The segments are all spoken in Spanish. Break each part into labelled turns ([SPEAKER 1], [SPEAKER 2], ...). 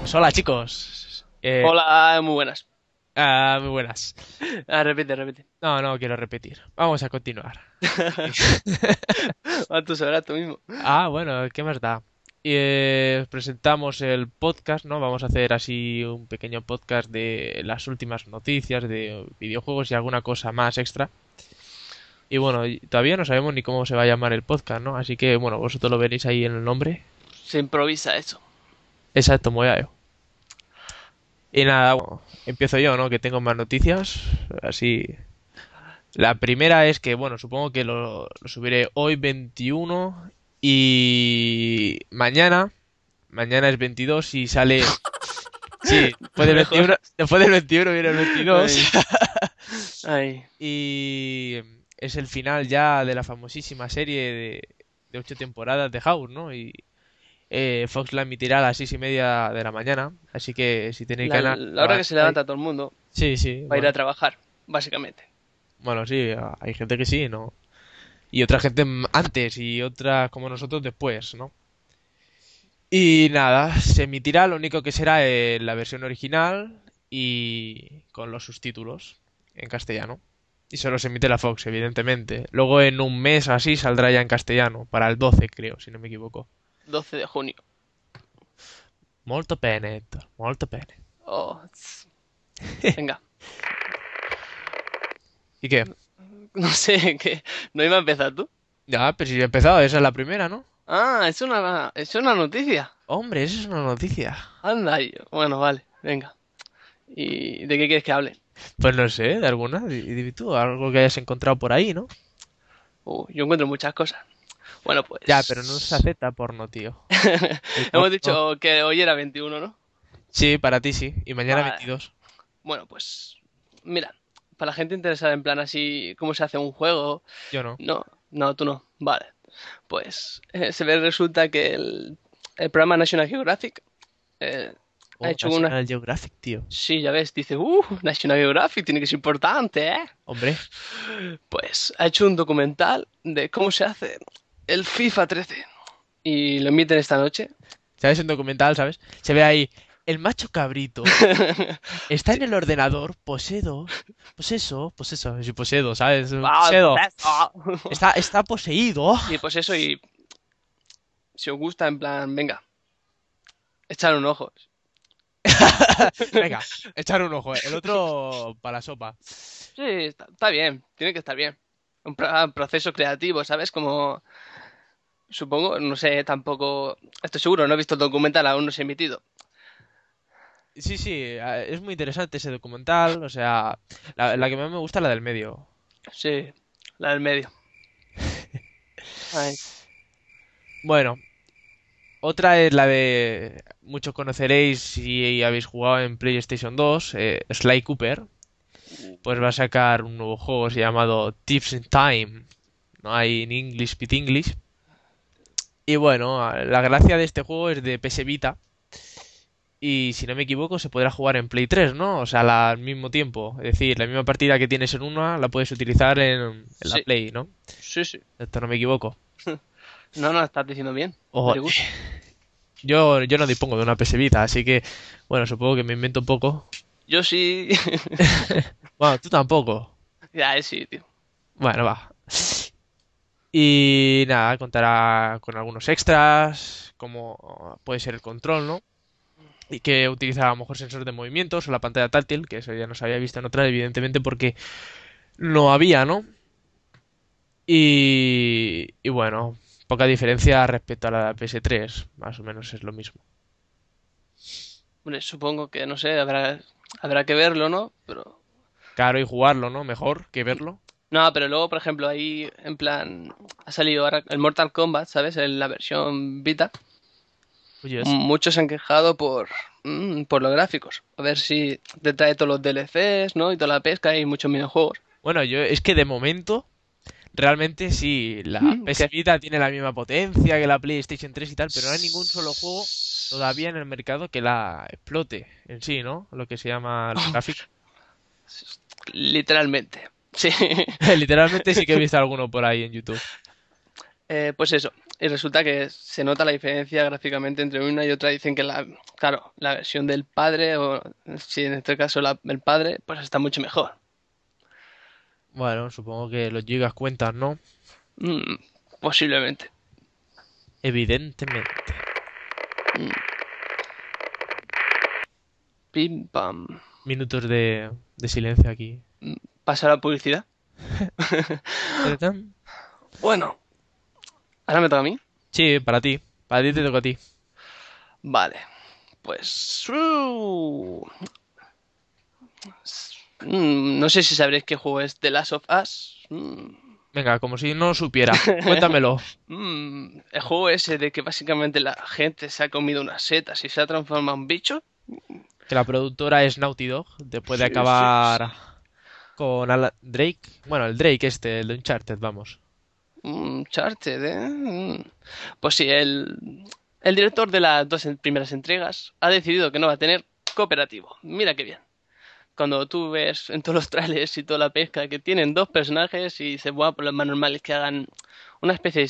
[SPEAKER 1] Pues hola, chicos. Eh,
[SPEAKER 2] Hola, muy buenas.
[SPEAKER 1] ah, muy buenas.
[SPEAKER 2] Ah, repite, repite.
[SPEAKER 1] No, no quiero repetir. Vamos a continuar.
[SPEAKER 2] Ah, tú sabrás tú mismo.
[SPEAKER 1] Ah, bueno, ¿qué más da? Eh, os presentamos el podcast, ¿no? Vamos a hacer así un pequeño podcast de las últimas noticias de videojuegos y alguna cosa más extra. Y bueno, y todavía no sabemos ni cómo se va a llamar el podcast, ¿no? Así que, bueno, vosotros lo veréis ahí en el nombre.
[SPEAKER 2] Se improvisa eso.
[SPEAKER 1] Exacto, muy yo. Y nada, bueno, empiezo yo, ¿no? Que tengo más noticias. Así. La primera es que, bueno, supongo que lo, lo subiré hoy 21 y mañana. Mañana es 22 y sale. Sí, después del
[SPEAKER 2] Mejor.
[SPEAKER 1] 21, después del 21 viene el 22.
[SPEAKER 2] Ay,
[SPEAKER 1] Y es el final ya de la famosísima serie de, de ocho temporadas de House, ¿no? Y eh, Fox la emitirá a las seis y media de la mañana, así que si tenéis
[SPEAKER 2] la,
[SPEAKER 1] ganas...
[SPEAKER 2] la hora que se levanta todo el mundo
[SPEAKER 1] Sí, sí.
[SPEAKER 2] va a ir
[SPEAKER 1] Bueno,
[SPEAKER 2] a trabajar, básicamente.
[SPEAKER 1] bueno, sí, hay gente que sí, ¿no? Y otra gente m- antes y otra como nosotros después, ¿no? Y nada, se emitirá lo único que será en la versión original y con los subtítulos en castellano. Y solo se emite la Fox, evidentemente. Luego en un mes o así saldrá ya en castellano, para el 12 creo, si no me equivoco.
[SPEAKER 2] 12 de junio.
[SPEAKER 1] Molto bene, Héctor, molto bene.
[SPEAKER 2] Oh, tss. Venga,
[SPEAKER 1] ¿Y qué?
[SPEAKER 2] no sé, ¿qué? ¿No iba a empezar tú?
[SPEAKER 1] Ya, pero si yo he empezado, esa es la primera, ¿no?
[SPEAKER 2] Ah, es una, es una noticia.
[SPEAKER 1] Hombre, esa es una noticia.
[SPEAKER 2] Anda, y- bueno, vale, venga. ¿Y de qué quieres que hable?
[SPEAKER 1] Pues no sé, de alguna, di- di tú, algo que hayas encontrado por ahí, ¿no?
[SPEAKER 2] Uh, yo encuentro muchas cosas. Bueno, pues.
[SPEAKER 1] Ya, pero no se acepta porno, tío.
[SPEAKER 2] Hemos dicho que hoy era 21, ¿no?
[SPEAKER 1] Sí, para ti sí, y mañana
[SPEAKER 2] Vale.
[SPEAKER 1] 22.
[SPEAKER 2] Bueno, pues mira, para la gente interesada en plan así, cómo se hace un juego,
[SPEAKER 1] Yo no.
[SPEAKER 2] no, no, tú no, vale. Pues eh, se ve, resulta que el, el programa National Geographic eh,
[SPEAKER 1] Oh,
[SPEAKER 2] ha hecho
[SPEAKER 1] National
[SPEAKER 2] una...
[SPEAKER 1] Geographic, tío.
[SPEAKER 2] Sí, ya ves, dice, uh, National Geographic tiene que ser importante, ¿eh?
[SPEAKER 1] Hombre,
[SPEAKER 2] Pues ha hecho un documental de cómo se hace el FIFA 13 y lo emiten esta noche.
[SPEAKER 1] ¿sabes? En documental, ¿sabes? Se ve ahí, el macho cabrito está en el ordenador, posee dos, pues eso, pues eso, sí, posee dos, ¿sabes? Posee dos. Está, está poseído.
[SPEAKER 2] Ah, Y pues eso, y si os gusta, en plan, venga, echar un ojo.
[SPEAKER 1] Venga, echar un ojo, ¿eh? el otro para la sopa.
[SPEAKER 2] Sí, está, está bien, tiene que estar bien. Un pro- ah, proceso creativo, ¿sabes? Como supongo, no sé, tampoco, estoy seguro, no he visto el documental, aún no se ha emitido.
[SPEAKER 1] Sí, sí, eh, es muy interesante ese documental, o sea, la, la que más me gusta es la del medio.
[SPEAKER 2] Sí, la del medio. Ay,
[SPEAKER 1] Bueno, otra es la de, muchos conoceréis si habéis jugado en PlayStation 2, eh, Sly Cooper, pues va a sacar un nuevo juego llamado Tips in Time, no hay en English Bit English. Y bueno, a- la gracia de este juego es de PS Vita y si no me equivoco se podrá jugar en Play 3, ¿no? O sea, la- al mismo tiempo, es decir, la misma partida que tienes en una la puedes utilizar en, en la
[SPEAKER 2] Sí.
[SPEAKER 1] Play, ¿no?
[SPEAKER 2] sí, sí.
[SPEAKER 1] Esto no me equivoco.
[SPEAKER 2] No, no, estás diciendo bien.
[SPEAKER 1] Ojo,
[SPEAKER 2] Me gusta.
[SPEAKER 1] Yo, yo no dispongo de una PS Vita, así que, bueno, supongo que me invento un poco.
[SPEAKER 2] Yo sí.
[SPEAKER 1] Bueno, tú tampoco.
[SPEAKER 2] ya, eh, sí, tío.
[SPEAKER 1] Bueno, va. Y nada, contará con algunos extras, como puede ser el control, ¿no? Y que utilizará a lo mejor sensores de movimientos o la pantalla táctil, que eso ya no se había visto en otra, evidentemente porque no había, ¿no? Y, y bueno, poca diferencia respecto a la PS3, más o menos es lo mismo.
[SPEAKER 2] Hombre, supongo que, no sé, habrá, habrá que verlo, ¿no? Pero
[SPEAKER 1] Claro, y jugarlo, ¿no? Mejor que verlo.
[SPEAKER 2] No, pero luego, por ejemplo, ahí en plan ha salido ahora el Mortal Kombat, ¿sabes? En la versión Vita.
[SPEAKER 1] Oye, es-
[SPEAKER 2] Muchos se han quejado por, mm, por los gráficos. A ver si te trae todos los DLCs, ¿no? Y toda la pesca y muchos minijuegos.
[SPEAKER 1] Bueno, yo es que de momento, realmente sí, la
[SPEAKER 2] Mm,
[SPEAKER 1] PS
[SPEAKER 2] ok.
[SPEAKER 1] Vita tiene la misma potencia que la PlayStation 3 y tal, pero no hay ningún solo juego todavía en el mercado que la explote en sí, ¿no? Lo que se llama los gráficos.
[SPEAKER 2] Literalmente. Sí.
[SPEAKER 1] Literalmente sí que he visto alguno por ahí en YouTube.
[SPEAKER 2] Eh, pues eso. y resulta que se nota la diferencia gráficamente entre una y otra. Dicen que la, claro, la versión del padre, o si en este caso la- el padre, pues está mucho mejor.
[SPEAKER 1] Bueno, supongo que los gigas cuentan, ¿no?
[SPEAKER 2] Mm, posiblemente.
[SPEAKER 1] Evidentemente.
[SPEAKER 2] Pim pam.
[SPEAKER 1] Minutos de, de silencio aquí.
[SPEAKER 2] Pasar a la publicidad.
[SPEAKER 1] Teletán.
[SPEAKER 2] Bueno, ahora me toca a mí.
[SPEAKER 1] Sí, para ti. Para ti te toca a ti.
[SPEAKER 2] Vale, pues. uh, mm, no sé si sabréis qué juego es The Last of Us. Mm,
[SPEAKER 1] Venga, como si no lo supiera. Cuéntamelo.
[SPEAKER 2] mm, el juego ese de que básicamente la gente se ha comido unas setas y se ha transformado en bicho.
[SPEAKER 1] Que la productora es Naughty Dog. Después de
[SPEAKER 2] Sí, sí,
[SPEAKER 1] acabar con Alan Drake. Bueno, el Drake este, el de Uncharted, vamos.
[SPEAKER 2] Mm, Uncharted, ¿eh? Mm. Pues sí, el, el director de las dos en- primeras entregas ha decidido que no va a tener cooperativo. Mira qué bien. Cuando tú ves en todos los trailers y toda la pesca que tienen dos personajes y se va por los más normales que hagan una especie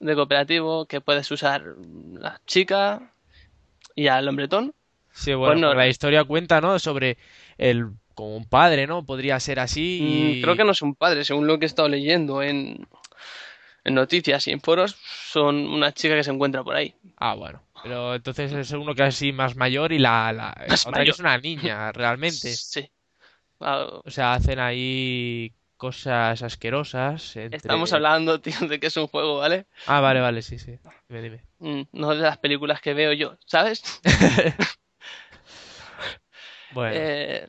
[SPEAKER 2] de cooperativo que puedes usar la chica y al hombretón.
[SPEAKER 1] Sí, bueno,
[SPEAKER 2] Pues no.
[SPEAKER 1] porque la historia cuenta, ¿no? Sobre el... Como un padre, ¿no? Podría ser así
[SPEAKER 2] Mm,
[SPEAKER 1] y...
[SPEAKER 2] Creo que no son padres, según lo que he estado leyendo en, en noticias y en foros, son una chica que se encuentra por ahí.
[SPEAKER 1] Ah, bueno. Pero entonces es uno que es así más mayor y la, la la
[SPEAKER 2] Más
[SPEAKER 1] otra que es una niña, realmente.
[SPEAKER 2] Sí. Ah,
[SPEAKER 1] O sea, hacen ahí cosas asquerosas entre-
[SPEAKER 2] Estamos hablando, tío, de que es un juego, ¿vale?
[SPEAKER 1] Ah, vale, vale, sí, sí. Dime, dime.
[SPEAKER 2] Mm, No de las películas que veo yo, ¿sabes?
[SPEAKER 1] Bueno,
[SPEAKER 2] Eh,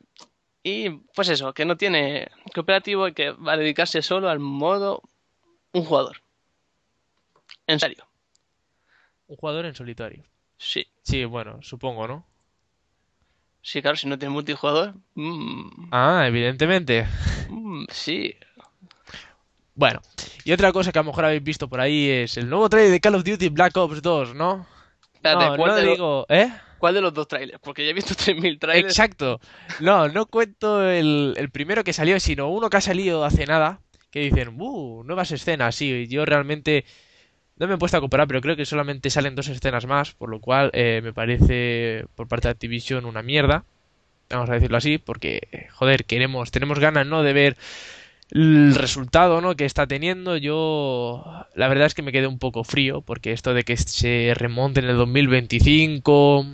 [SPEAKER 2] y pues eso, que no tiene cooperativo y que va a dedicarse solo al modo un jugador. En serio,
[SPEAKER 1] un jugador en solitario.
[SPEAKER 2] sí.
[SPEAKER 1] Sí, bueno, supongo, ¿no?
[SPEAKER 2] Sí, claro, si no tiene multijugador. mm,
[SPEAKER 1] Ah, evidentemente.
[SPEAKER 2] mm, sí.
[SPEAKER 1] Bueno, y otra cosa que a lo mejor habéis visto por ahí es el nuevo trailer de Call of Duty Black Ops 2, ¿no?
[SPEAKER 2] Espérate,
[SPEAKER 1] no,
[SPEAKER 2] ¿cuál,
[SPEAKER 1] no
[SPEAKER 2] de lo-
[SPEAKER 1] digo, ¿eh?
[SPEAKER 2] cuál de los dos trailers? Porque ya he visto 3.000 trailers.
[SPEAKER 1] Exacto. No, no cuento el, el primero que salió, sino uno que ha salido hace nada, que dicen, ¡uh! Nuevas escenas, sí. Yo realmente no me he puesto a comparar, pero creo que solamente salen dos escenas más, por lo cual eh, me parece por parte de Activision una mierda. Vamos a decirlo así, porque, eh, joder, queremos, tenemos ganas, ¿no? De ver el resultado, ¿no? Que está teniendo. Yo, la verdad es que me quedé un poco frío, porque esto de que se remonte en el 2025.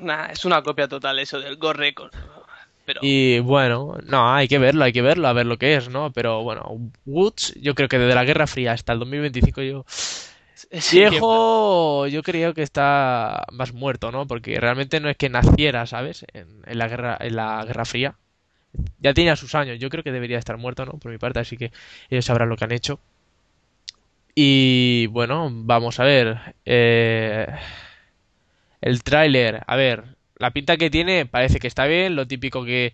[SPEAKER 2] Nah, es una copia total eso del Go Record. Pero
[SPEAKER 1] Y bueno, no, hay que verlo, hay que verlo, a ver lo que es, ¿no? Pero bueno, Woods, yo creo que desde la Guerra Fría hasta el 2025 yo...
[SPEAKER 2] es
[SPEAKER 1] Viejo, yo creo que está más muerto, ¿no? Porque realmente no es que naciera, ¿sabes? En, en la guerra, en la Guerra Fría. Ya tenía sus años, yo creo que debería estar muerto, ¿no? Por mi parte, así que ellos sabrán lo que han hecho. Y bueno, vamos a ver. eh, el tráiler, a ver, la pinta que tiene parece que está bien, lo típico que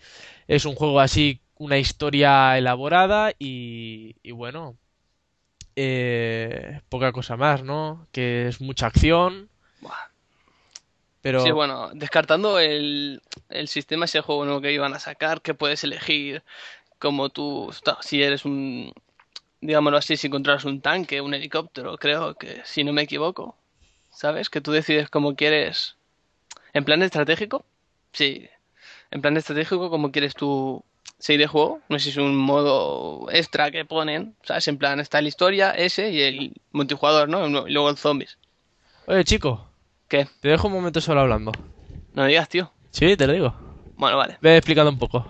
[SPEAKER 1] es un juego así, una historia elaborada y, y bueno, eh, poca cosa más, ¿no? Que es mucha acción,
[SPEAKER 2] Buah.
[SPEAKER 1] pero
[SPEAKER 2] Sí, bueno, descartando el, el sistema ese juego nuevo que iban a sacar, que puedes elegir como tú, ta- si eres un, digámoslo así, si controlas un tanque, un helicóptero, creo que, si no me equivoco, ¿sabes? Que tú decides cómo quieres, en plan estratégico, sí, en plan estratégico, cómo quieres tú seguir el juego, no sé si es un modo extra que ponen, ¿sabes? En plan está la historia, ese y el multijugador, ¿no? Y luego el zombies.
[SPEAKER 1] Oye, chico,
[SPEAKER 2] ¿Qué?
[SPEAKER 1] te dejo un momento solo hablando.
[SPEAKER 2] No me digas, tío.
[SPEAKER 1] Sí, te lo digo.
[SPEAKER 2] Bueno, vale.
[SPEAKER 1] Me he explicado un poco.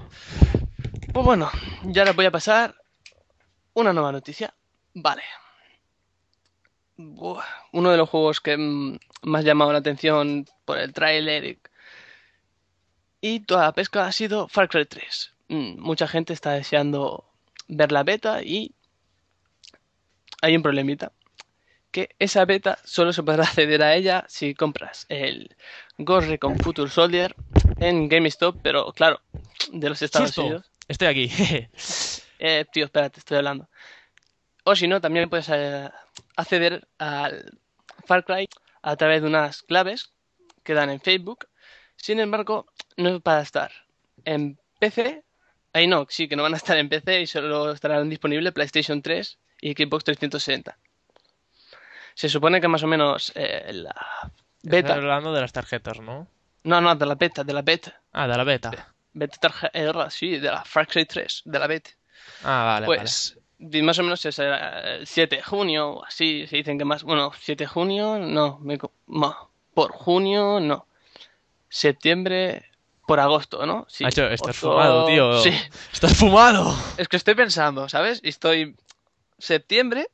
[SPEAKER 2] Pues bueno, ya les voy a pasar una nueva noticia. Vale. Buah, Uno de los juegos que mm, más llamado la atención por el tráiler y- y toda la pesca ha sido Far Cry 3. Mm, Mucha gente está deseando ver la beta y hay un problemita. Que esa beta solo se podrá acceder a ella si compras el Ghost Recon Future Soldier en GameStop, pero claro, de los Estados
[SPEAKER 1] Susto,
[SPEAKER 2] Unidos.
[SPEAKER 1] Estoy aquí.
[SPEAKER 2] Eh, tío, espérate, estoy hablando. O si no, también puedes eh, acceder al Far Cry a través de unas claves que dan en Facebook. Sin embargo, no es para estar en PC. Ahí no, sí, que no van a estar en PC y solo estarán disponibles PlayStation 3 y Xbox 360. Se supone que más o menos eh, la beta.
[SPEAKER 1] Estás hablando de las tarjetas, ¿no?
[SPEAKER 2] No, no, de la beta, de la beta.
[SPEAKER 1] Ah, de la beta.
[SPEAKER 2] Beta tarjeta, sí, de la Far Cry 3, de la beta.
[SPEAKER 1] Ah, vale,
[SPEAKER 2] pues di- más o menos es eh, el 7 de junio o así, se dicen que más, bueno, 7 de junio, no, me co- no, por junio, no. Septiembre, por agosto, ¿no? Sí,
[SPEAKER 1] vale. Macho, estás
[SPEAKER 2] agosto-
[SPEAKER 1] fumado, tío.
[SPEAKER 2] Sí,
[SPEAKER 1] Estás fumado.
[SPEAKER 2] es que estoy pensando, ¿sabes? Y estoy septiembre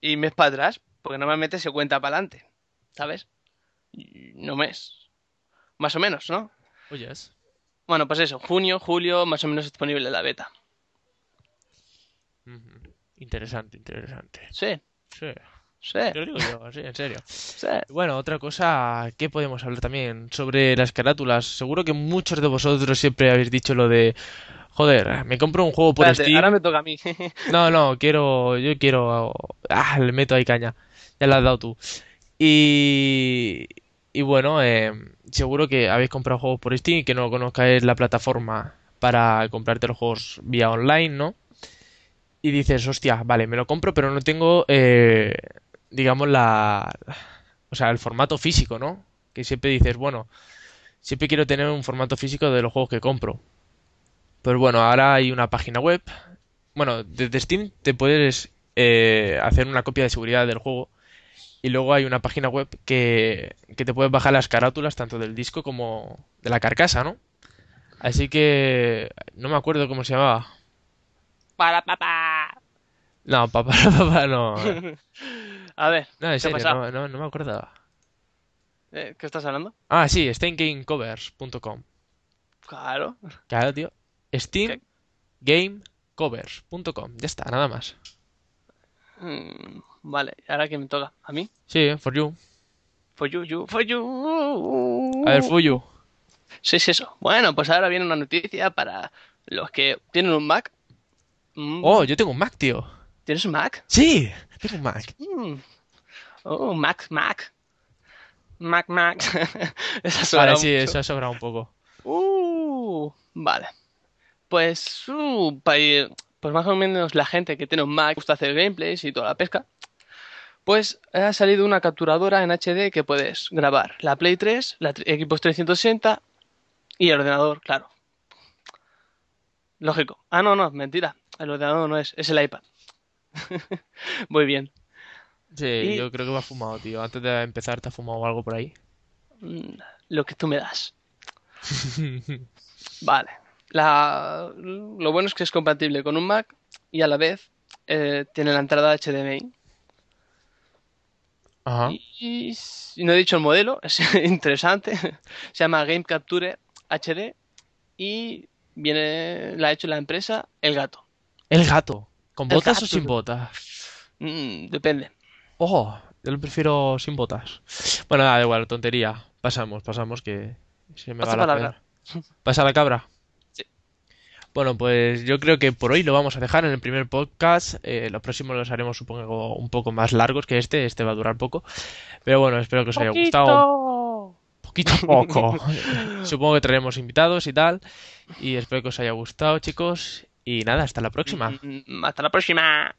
[SPEAKER 2] y mes para atrás, porque normalmente se cuenta para adelante, ¿sabes? Y No mes. Más o menos, ¿no?
[SPEAKER 1] Oyes.
[SPEAKER 2] Bueno, pues eso, junio, julio, más o menos es disponible la beta.
[SPEAKER 1] Ujú. Interesante, interesante.
[SPEAKER 2] Sí,
[SPEAKER 1] Sí,
[SPEAKER 2] sí,
[SPEAKER 1] te lo digo yo, sí, en serio.
[SPEAKER 2] sí.
[SPEAKER 1] Bueno, otra cosa que podemos hablar también sobre las carátulas. Seguro que muchos de vosotros siempre habéis dicho lo de, joder, me compro un juego por
[SPEAKER 2] Espérate,
[SPEAKER 1] Steam.
[SPEAKER 2] ahora me toca a mí.
[SPEAKER 1] No, no, quiero, yo quiero, ah, le meto ahí caña. Ya la has dado tú. Y, y bueno, eh, seguro que habéis comprado juegos por Steam y que no conozcáis la plataforma para comprarte los juegos vía online, ¿no? Y dices, hostia, vale, me lo compro, pero no tengo, eh, digamos, la, o sea, el formato físico, ¿no? Que siempre dices, bueno, siempre quiero tener un formato físico de los juegos que compro. Pues bueno, ahora hay una página web. Bueno, desde Steam te puedes eh, hacer una copia de seguridad del juego. Y luego hay una página web que, que te puedes bajar las carátulas tanto del disco como de la carcasa, ¿no? Así que no me acuerdo cómo se llamaba.
[SPEAKER 2] Para papá.
[SPEAKER 1] No, papá, papá, no.
[SPEAKER 2] A ver,
[SPEAKER 1] No, en
[SPEAKER 2] ¿Qué ha
[SPEAKER 1] serio,
[SPEAKER 2] pasado?
[SPEAKER 1] no, no, no me acordaba.
[SPEAKER 2] eh, ¿qué estás hablando?
[SPEAKER 1] Ah, sí, steamgamecovers.com.
[SPEAKER 2] Claro.
[SPEAKER 1] Claro, tío.
[SPEAKER 2] ¿Qué?
[SPEAKER 1] steamgamecovers.com. Ya está, nada más.
[SPEAKER 2] Mm, vale, ahora que me toca. ¿A mí?
[SPEAKER 1] Sí, for you.
[SPEAKER 2] For you, you, for you.
[SPEAKER 1] A ver, for you.
[SPEAKER 2] Sí, sí, eso. Bueno, pues ahora viene una noticia para los que tienen un Mac. Mm,
[SPEAKER 1] Oh, yo tengo un Mac, tío.
[SPEAKER 2] ¿Tienes un Mac?
[SPEAKER 1] Sí, tengo un Mac.
[SPEAKER 2] Mm. Oh, Mac, Mac. Mac, Mac. Esa suena
[SPEAKER 1] Vale, sí,
[SPEAKER 2] mucho.
[SPEAKER 1] eso ha sobrado un poco.
[SPEAKER 2] Uh, vale. Pues, uh, pa- pues más o menos la gente que tiene un Mac gusta hacer gameplays y toda la pesca. Pues ha salido una capturadora en HD que puedes grabar la Play 3, la tri- Xbox 360 y el ordenador, claro. Lógico. Ah, no, no, mentira. El ordenador no es, es el iPad. Muy bien.
[SPEAKER 1] Sí,
[SPEAKER 2] Y-
[SPEAKER 1] yo creo que me ha fumado, tío. Antes de empezar, ¿te ha fumado algo por ahí?
[SPEAKER 2] Mm, Lo que tú me das. Vale. La- Lo bueno es que es compatible con un Mac y a la vez eh, tiene la entrada HDMI.
[SPEAKER 1] Ajá.
[SPEAKER 2] Y, y no he dicho el modelo, es interesante. Se llama Game Capture HD y viene, la ha hecho la empresa El Gato.
[SPEAKER 1] El gato. ¿Con
[SPEAKER 2] El
[SPEAKER 1] botas o
[SPEAKER 2] gato.
[SPEAKER 1] sin botas?
[SPEAKER 2] Mm, depende.
[SPEAKER 1] Oh, yo lo prefiero sin botas. Bueno, nada, da igual, tontería. Pasamos, pasamos, que se me va
[SPEAKER 2] Pasa
[SPEAKER 1] la
[SPEAKER 2] palabra.
[SPEAKER 1] peor. ¿Pasa la cabra?
[SPEAKER 2] Sí.
[SPEAKER 1] Bueno, pues yo creo que por hoy lo vamos a dejar en el primer podcast. Eh, los próximos los haremos, supongo, un poco más largos que este. Este va a durar poco. Pero bueno, espero que os Pues haya gustado. poquito a poco. Supongo que traeremos invitados y tal. Y espero que os haya gustado, chicos. Y nada, hasta la próxima.
[SPEAKER 2] Mm, Hasta la próxima.